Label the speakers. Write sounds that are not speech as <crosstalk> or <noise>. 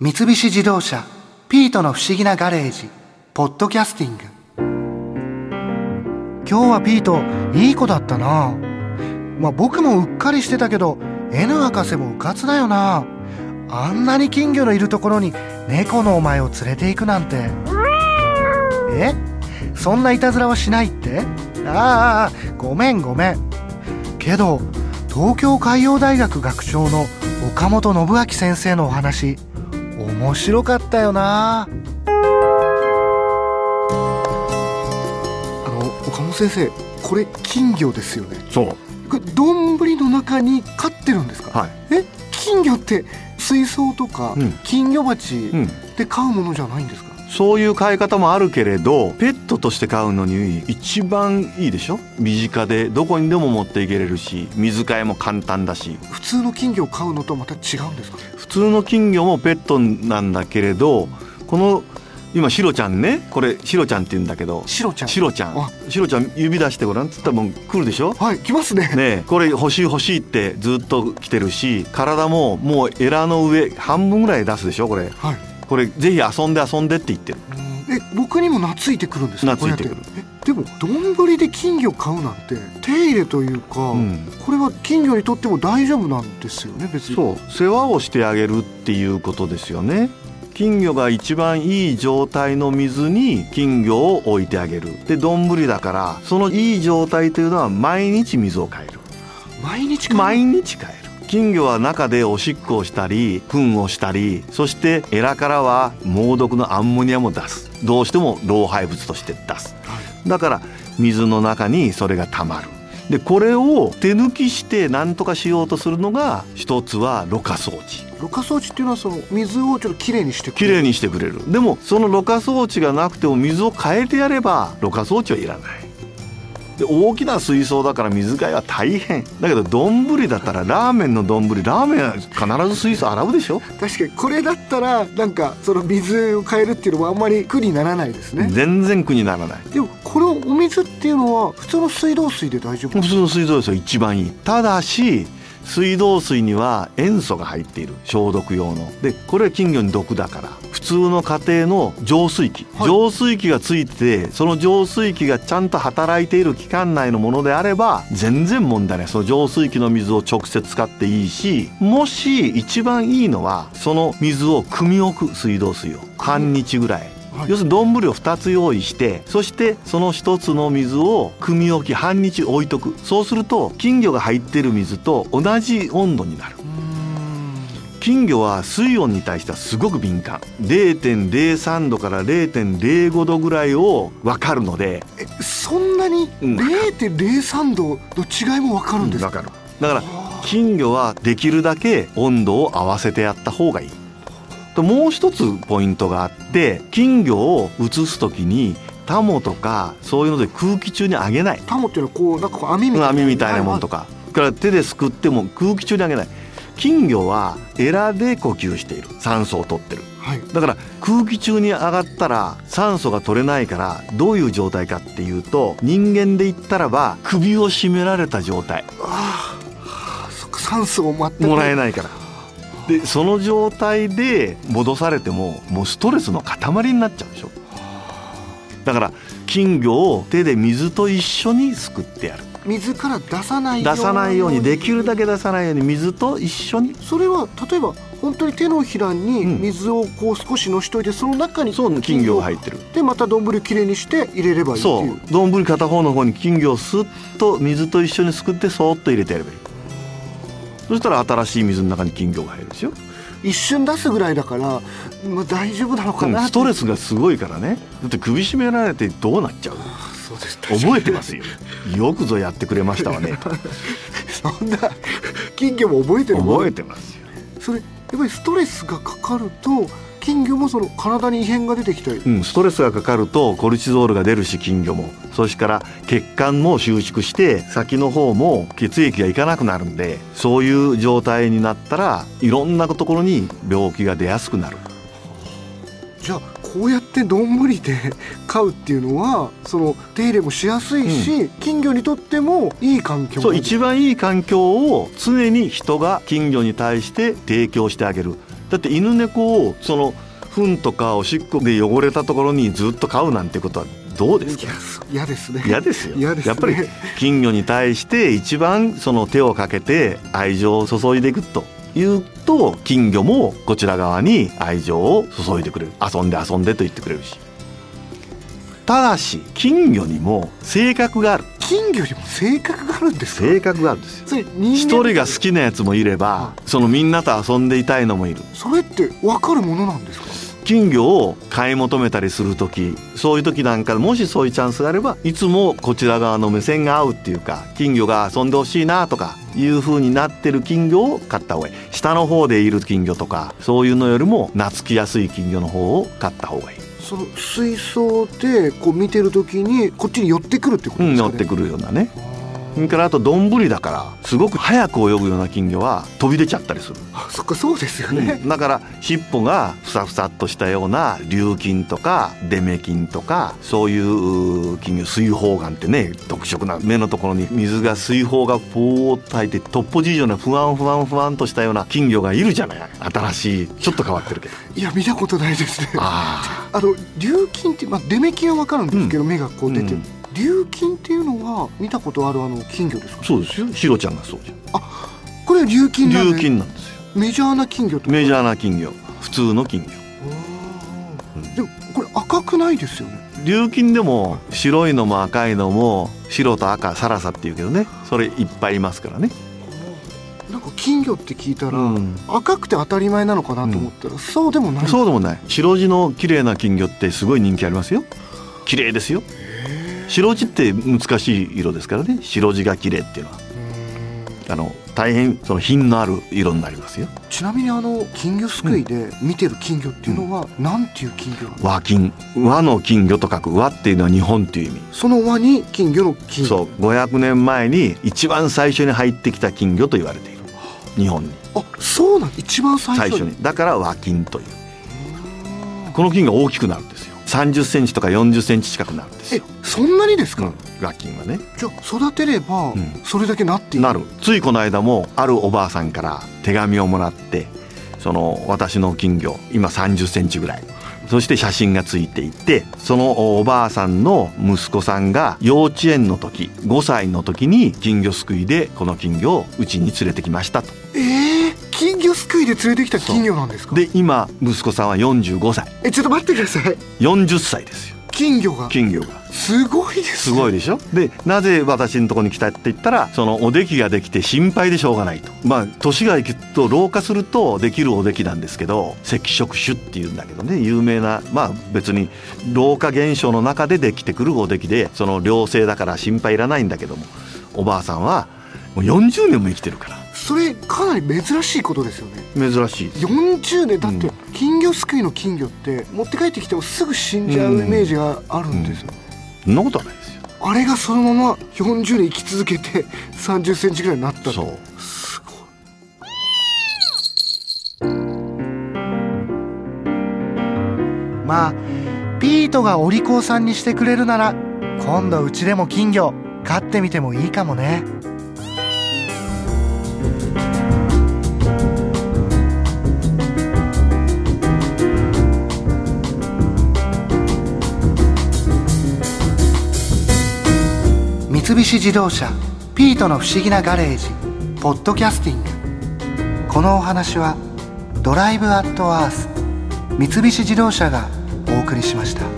Speaker 1: 三菱自動車「ピートの不思議なガレージ」「ポッドキャスティング」今日はピートいい子だったなまあ僕もうっかりしてたけど N 博士もうかつだよなあんなに金魚のいるところに猫のお前を連れていくなんてえそんないたずらはしないってああごめんごめんけど東京海洋大学学長の岡本信明先生のお話面白かったよなあの岡本先生これ金魚ですよね
Speaker 2: そう
Speaker 1: これ丼の中に飼ってるんですか、
Speaker 2: はい
Speaker 1: え金魚って水槽とか
Speaker 2: うん
Speaker 1: 金魚鉢
Speaker 2: うん
Speaker 1: で飼うものじゃないんですか、
Speaker 2: そういう飼い方もあるけれどペットとして飼うのに一番いいでしょ身近でどこにでも持っていけれるし水替えも簡単だし
Speaker 1: 普通の金魚を飼うのとまた違うんですか
Speaker 2: 普通の金魚もペットなんだけれどこの今シロちゃんねこれシロちゃんって言うんだけど
Speaker 1: シロちゃん
Speaker 2: シロちゃ
Speaker 1: あ
Speaker 2: んシロちゃん指出してごらんっつったらもう来るでし <laughs> ょ
Speaker 1: はい来ますね
Speaker 2: ねえこれ欲しい欲しいってずっと来てるし体ももうエラの上半分ぐらい出すでしょこれ
Speaker 1: はい
Speaker 2: これぜひ遊んで遊んでって言ってる
Speaker 1: うんえ僕にも懐いてくるんですか
Speaker 2: 懐いてくる
Speaker 1: こうやってえでも丼で金魚飼うなんて手入れというか、
Speaker 2: うん
Speaker 1: これは金魚にとっても大丈夫なんですよね別に
Speaker 2: そう世話をしてあげるっていうことですよね金魚が一番いい状態の水に金魚を置いてあげるで丼だからそのいい状態というのは毎日水を変える
Speaker 1: 毎日飼う
Speaker 2: 毎日変える金魚は中でおしっこをしたり糞をしたりそしてエラからは猛毒のアンモニアも出すどうしても老廃物として出す
Speaker 1: は
Speaker 2: だから水の中にそれがたまるでこれを手抜きして何とかしようとするのが一つはろ過装置
Speaker 1: いろ過装置っていうのはその水をちょっときれいにしてく
Speaker 2: き
Speaker 1: れる
Speaker 2: れいにしてくれるでもそのろ過装置がなくても水を変えてやればろ過装置はいらないで大きな水槽だから水替えは大変だけど丼だったらラーメンの丼ラーメンは必ず水槽洗うでしょ、
Speaker 1: 確かにこれだったらなんかその水を変えるっていうのはあんまり苦にならないですね、
Speaker 2: 全然苦にならない
Speaker 1: でもこのお水っていうのは普通の水道水で大丈夫
Speaker 2: 普通の水道水は一番いいただし水道水には塩素が入っている消毒用のでこれは金魚に毒だから普通の家庭の浄水器、
Speaker 1: はい
Speaker 2: 浄水器がついててその浄水器がちゃんと働いている期間内のものであれば全然問題ないその浄水器の水を直接使っていいしもし一番いいのはその水を汲み置く水道水を半日ぐらい
Speaker 1: はい
Speaker 2: 要するに丼を2つ用意してそしてその1つの水を汲み置き半日置いとくそうすると金魚が入ってる水と同じ温度になる
Speaker 1: うーん
Speaker 2: 金魚は水温に対してはすごく敏感0.03度から0.05度ぐらいを分かるので
Speaker 1: えそんなに
Speaker 2: うん
Speaker 1: 0.03度の違いもわかるんですか、
Speaker 2: うんわだから金魚はできるだけ温度を合わせてやった方がいいともう一つポイントがあって金魚を移す時にタモとかそういうので空気中にあげない
Speaker 1: タモっていうのはこうなんかこう網みたいな
Speaker 2: 網みたいなもんとか、それから手ですくっても空気中にあげない金魚はエラで呼吸している酸素を取ってる
Speaker 1: はい、はい
Speaker 2: だから空気中に上がったら酸素が取れないからどういう状態かっていうと人間で言ったらば首を絞められた状態
Speaker 1: あーそっか酸素を全く
Speaker 2: もらえ
Speaker 1: い
Speaker 2: ないからでその状態で戻されてももうストレスの塊になっちゃうでしょだから金魚を手で水と一緒にすくってやる
Speaker 1: 水から出さない
Speaker 2: 出さないようにできるだ
Speaker 1: け
Speaker 2: け出さないように水と一緒に
Speaker 1: それは例えば本当に手のひらに
Speaker 2: うん
Speaker 1: 水をこう少しのしといて、その中に
Speaker 2: そう金魚が入ってる
Speaker 1: でまた丼をきれいにして入れればいいって
Speaker 2: そ
Speaker 1: いう
Speaker 2: う丼片方の方に金魚をスッと水と一緒にすくってそーっと入れてやればいいそしたら新しい水の中に金魚が入るでしょ、
Speaker 1: 一瞬出すぐらいだから、まあ、大丈夫なのか
Speaker 2: うん
Speaker 1: な
Speaker 2: ストレ
Speaker 1: ス
Speaker 2: スがすごいからねだって首絞められてどうなっちゃう
Speaker 1: そうです
Speaker 2: 覚えてますよよくぞやってくれました <laughs> わね
Speaker 1: そんな金魚も覚えてる
Speaker 2: 覚えてますよ
Speaker 1: それやっぱりストレスがかかると金魚もその体に異変が出てきたり
Speaker 2: うん、ストレスがかかるとコルチゾールが出るし金魚もそしてから血管も収縮して先の方も血液がいかなくなるんでそういう状態になったらいろんなところに病気が出やすくなる
Speaker 1: じゃあこうやって丼で飼うっていうのはその手入れもしやすいし、金魚にとってもいい環境
Speaker 2: そう
Speaker 1: なんだ
Speaker 2: 一番いい環境を常に人が金魚に対して提供してあげるだって犬猫をその糞とかおしっこで汚れたところにずっと飼うなんてことはどうですか
Speaker 1: いやそ嫌ですね
Speaker 2: 嫌ですよ
Speaker 1: 嫌ですね
Speaker 2: やっぱり金魚に対して一番その手をかけて愛情を注いでいくというと金魚もこちら側に愛情を注いでくれる遊んで遊んでと言ってくれるしただし金魚にも性格がある
Speaker 1: 金魚にも性格があるんですか
Speaker 2: 性格があるんですよ
Speaker 1: それ人間
Speaker 2: 一人が好きなやつもいればそのみんなと遊んでいたいのもいる
Speaker 1: それって分かるものなんですか
Speaker 2: 金魚を買い求めたりする時そういう時なんかもしそういうチャンスがあればいつもこちら側の目線が合うっていうか金魚が遊んでほしいなとかいう風になってる金魚を買った方がいい下の方でいる金魚とかそういうのよりも懐きやすい金魚の方を買った方がいい、
Speaker 1: その水槽でこう見てるときにこっちに寄ってくるってこと
Speaker 2: う
Speaker 1: で
Speaker 2: ん、
Speaker 1: すか、
Speaker 2: 乗
Speaker 1: ね
Speaker 2: ってくるようなね
Speaker 1: あ
Speaker 2: そ
Speaker 1: ー
Speaker 2: れからあと丼だからすごく早く泳ぐような金魚は飛び出ちゃったりする
Speaker 1: あそっかそうですよね、
Speaker 2: だから尻尾がふさふさっとしたような竜菌とかデメ菌とかそういう金魚水泡眼ってね特色な目のところに水が水泡がぽーっと入ってトッポジ以上のふわんふわんふわんとしたような金魚がいるじゃない新しいちょっと変わってるけど
Speaker 1: いや見たことないですね <laughs> あ
Speaker 2: あ
Speaker 1: の琉金って、まあ、出目金は分かるんですけど、目がこう出て
Speaker 2: うん
Speaker 1: 琉金っていうのは見たことあるあの金魚です
Speaker 2: あ
Speaker 1: か
Speaker 2: そうですよシロちゃんがそうじゃ
Speaker 1: これは琉金なんん
Speaker 2: 竜
Speaker 1: で
Speaker 2: 菌なんですよ
Speaker 1: メジャーな金魚ってこと
Speaker 2: メジャーな金魚普通の金魚
Speaker 1: う
Speaker 2: うん
Speaker 1: んでもこれ赤くないですよね
Speaker 2: 琉金でも白いのも赤いのも白と赤サラサっていうけどねそれいっぱいいますからね
Speaker 1: なんか金魚って聞いたら、
Speaker 2: うん
Speaker 1: 赤くて当たり前なのかなと思ったら、そうでもない
Speaker 2: そうでもない白地の綺麗な金魚ってすごい人気ありますよ綺麗ですよ白地って難しい色ですからね白地が綺麗っていうのは
Speaker 1: うん
Speaker 2: あの大変その品のある色になりますよ
Speaker 1: ちなみにあの金魚すくいで見てる金魚っていうのは、なんていう金魚なの
Speaker 2: 和金和の金魚と書く和っていうのは日本っていう意味
Speaker 1: その輪に金魚の金魚
Speaker 2: そう500年前に一番最初に入ってきた金魚と言われている日本に
Speaker 1: あそうなん一番最
Speaker 2: 最
Speaker 1: 初
Speaker 2: 初
Speaker 1: に
Speaker 2: にだから和金というこの金が大きくなるんですよ30センチとか40センチ近くなるんです
Speaker 1: え
Speaker 2: よ、
Speaker 1: そんなにです
Speaker 2: う
Speaker 1: か、
Speaker 2: ん、和金はね
Speaker 1: じゃあ育てれば
Speaker 2: ん
Speaker 1: それだけなっていく
Speaker 2: なるついこの間もあるおばあさんから手紙をもらってその私の金魚今3 0センチぐらいそして写真がついていてそのおばあさんの息子さんが幼稚園の時5歳の時に金魚すくいでこの金魚をうちに連れてきましたと
Speaker 1: えー、金魚すくいで連れてきた金魚なんですか
Speaker 2: で今息子さんは45歳
Speaker 1: えちょっと待ってください
Speaker 2: 40歳ですよ
Speaker 1: 金魚が
Speaker 2: 金魚が。
Speaker 1: すごいです
Speaker 2: すごい
Speaker 1: い
Speaker 2: でしょでなぜ私のとこに来たって言ったらそのおできができて心配でしょうがないとまあ年がいくと老化するとできるおできなんですけど赤色種っていうんだけどね有名なまあ別に老化現象の中でできてくるおできでその良性だから心配いらないんだけどもおばあさんはもう40年も生きてるから
Speaker 1: それかなり珍しいことですよね
Speaker 2: 珍しいです
Speaker 1: 40年だっ
Speaker 2: う
Speaker 1: て金魚すくいの金魚って持って帰ってきてもすぐ死んじゃうイメージがあるんですよ、
Speaker 2: そんなことはないですよ
Speaker 1: あれがそのまま40年生き続けて3 0センチぐらいになった
Speaker 2: そ
Speaker 1: の
Speaker 2: う
Speaker 1: すごいまあピートがお利口さんにしてくれるなら今度うちでも金魚飼ってみてもいいかもね三菱自動車「ピートの不思議なガレージ」「ポッドキャスティング」このお話は「ドライブ・アット・アース」三菱自動車がお送りしました。